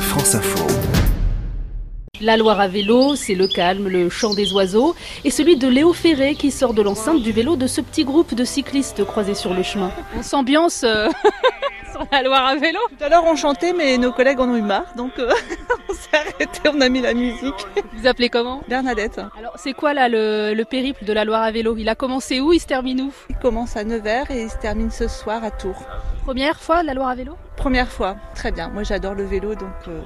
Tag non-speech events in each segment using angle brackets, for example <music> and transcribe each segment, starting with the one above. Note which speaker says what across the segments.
Speaker 1: France Info.
Speaker 2: La Loire à vélo, c'est le calme, le chant des oiseaux, et celui de Léo Ferré qui sort de l'enceinte du vélo de ce petit groupe de cyclistes croisés sur le chemin. On s'ambiance euh, <laughs> sur la Loire à vélo.
Speaker 3: Tout à l'heure on chantait, mais nos collègues en ont eu marre, donc euh, <laughs> on s'est arrêté, on a mis la musique.
Speaker 2: Vous appelez comment
Speaker 3: Bernadette,
Speaker 2: Alors c'est quoi là le, le périple de la Loire à vélo Il a commencé où Il se termine où
Speaker 3: il commence à 9h et il se termine ce soir à Tours.
Speaker 2: Première fois la Loire à vélo
Speaker 3: Première fois, très bien. Moi j'adore le vélo, donc euh,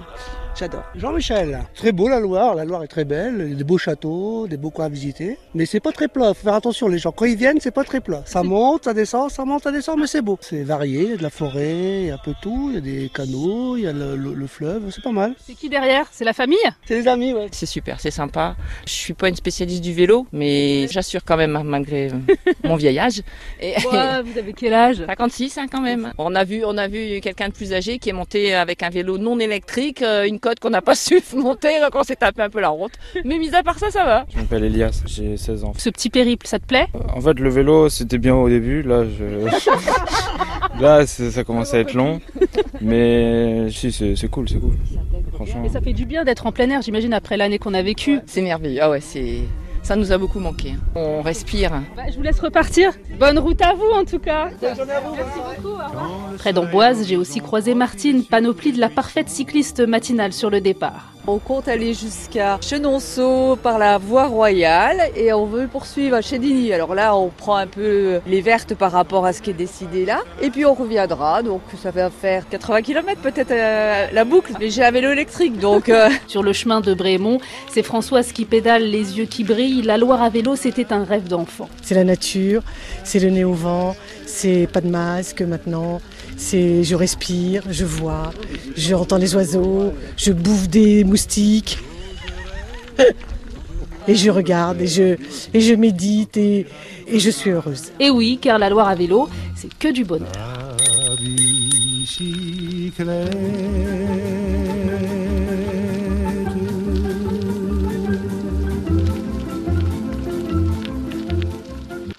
Speaker 3: j'adore.
Speaker 4: Jean-Michel, très beau la Loire, la Loire est très belle, il y a des beaux châteaux, des beaux coins à visiter, mais c'est pas très plat, faut faire attention les gens, quand ils viennent c'est pas très plat, ça monte, ça descend, ça monte, ça descend, mais c'est beau. C'est varié, il y a de la forêt, il y a un peu tout, il y a des canaux, il y a le, le- le fleuve, c'est pas mal.
Speaker 2: C'est qui derrière C'est la famille
Speaker 4: C'est les amis, ouais.
Speaker 5: C'est super, c'est sympa. Je suis pas une spécialiste du vélo, mais j'assure quand même, malgré euh, mon vieil âge. <laughs> Et-
Speaker 2: <laughs> Ouah, Vous avez quel âge
Speaker 5: 56 hein, quand même. On a vu, on a vu quelqu'un de plus âgé qui est monté avec un vélo non électrique, euh, une côte qu'on n'a pas <laughs> su monter, donc on s'est tapé un peu la honte. Mais mis à part ça, ça va.
Speaker 6: Je m'appelle Elias, j'ai 16 ans.
Speaker 2: Ce petit périple, ça te plaît
Speaker 6: Euh, En fait, le vélo, c'était bien au début. Là,
Speaker 2: <laughs>
Speaker 6: je... là c'est- ça commence à être long. Mais si, c'est c'est cool, c'est cool. Franchement.
Speaker 2: Et ça fait du bien d'être en plein air, j'imagine, après l'année qu'on a vécue.
Speaker 5: C'est merveilleux. Ah ouais, c'est ça nous a beaucoup manqué. On respire.
Speaker 2: Bah, je vous laisse repartir. Bonne route à vous en tout cas. Merci beaucoup. au revoir. Près d'Amboise, j'ai aussi croisé Martine, panoplie de la parfaite cycliste matinale sur le départ.
Speaker 7: On compte aller jusqu'à Chenonceau par la voie royale et on veut poursuivre à Chédigny. Alors là, on prend un peu les vertes par rapport à ce qui est décidé là. Et puis on reviendra, donc ça va faire 80 km peut-être euh, la boucle. Mais j'ai un vélo électrique, donc euh,
Speaker 2: <laughs> Sur le chemin de Brémont, c'est Françoise qui pédale, les yeux qui brillent. La Loire à vélo, c'était un rêve d'enfant.
Speaker 8: C'est la nature, c'est le nez au vent, c'est pas de masque maintenant, c'est je respire, je vois, j'entends les oiseaux, je bouffe des moustiques. <laughs> Et je regarde, et je, et je médite, et, et je suis heureuse.
Speaker 2: Et Eh oui, car la Loire à vélo, c'est que du bonheur.
Speaker 9: La bicyclette.